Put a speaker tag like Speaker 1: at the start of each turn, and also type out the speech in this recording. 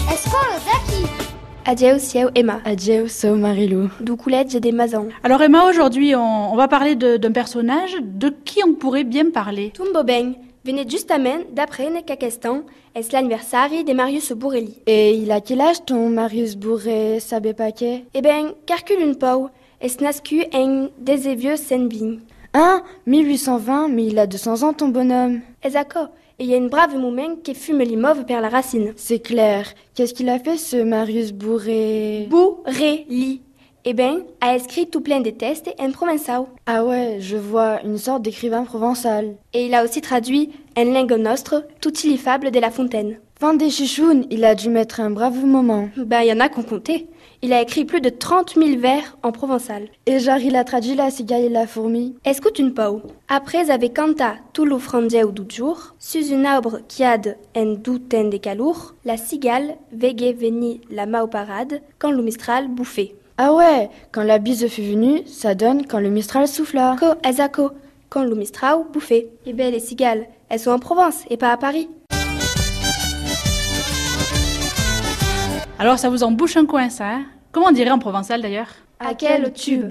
Speaker 1: Kawasaki.
Speaker 2: Adieu, ciao, Emma.
Speaker 3: Adieu, so Marilou.
Speaker 2: Doucoulette, j'ai des mazans.
Speaker 4: Alors Emma, aujourd'hui, on, on va parler de- d'un personnage de qui on pourrait bien parler.
Speaker 2: Tumbo beng. Venez justamente d'après Nekakestan, es l'anniversari de Marius Bourrelli.
Speaker 3: Et il a quel âge ton Marius Bourré, Sabé Paquet
Speaker 2: Eh ben, calcule une pau, es nascu en desevieux senbing.
Speaker 3: Hein 1820, mais il a 200 ans ton bonhomme.
Speaker 2: Es Eh, d'accord, et y a une brave moumen qui fume les mauves per la racine.
Speaker 3: C'est clair. Qu'est-ce qu'il a fait ce Marius Bourré
Speaker 2: Bourrelli. Eh ben, a écrit tout plein de textes en provençal.
Speaker 3: Ah ouais, je vois, une sorte d'écrivain provençal.
Speaker 2: Et il a aussi traduit en lingue nostre, tout illifable de la fontaine.
Speaker 3: Fin des chichounes, il a dû mettre un brave moment.
Speaker 2: Ben, y en a qu'on comptait. Il a écrit plus de 30 000 vers en provençal.
Speaker 3: Et genre, il a traduit la cigale et la fourmi.
Speaker 2: Escoute une pau. Après avec canta tout lo frandia ou dout jour, sus une arbre qui ad en douten de calour, la cigale vegue veni la mao parade, quand le mistral bouffait.
Speaker 3: Ah ouais, quand la bise fut venue, ça donne quand le Mistral souffla.
Speaker 2: Co azaco, quand le mistral bouffait. Eh ben, les cigales, elles sont en Provence et pas à Paris.
Speaker 4: Alors ça vous embouche un coin, ça hein Comment on dirait en provençal d'ailleurs
Speaker 2: À quel tube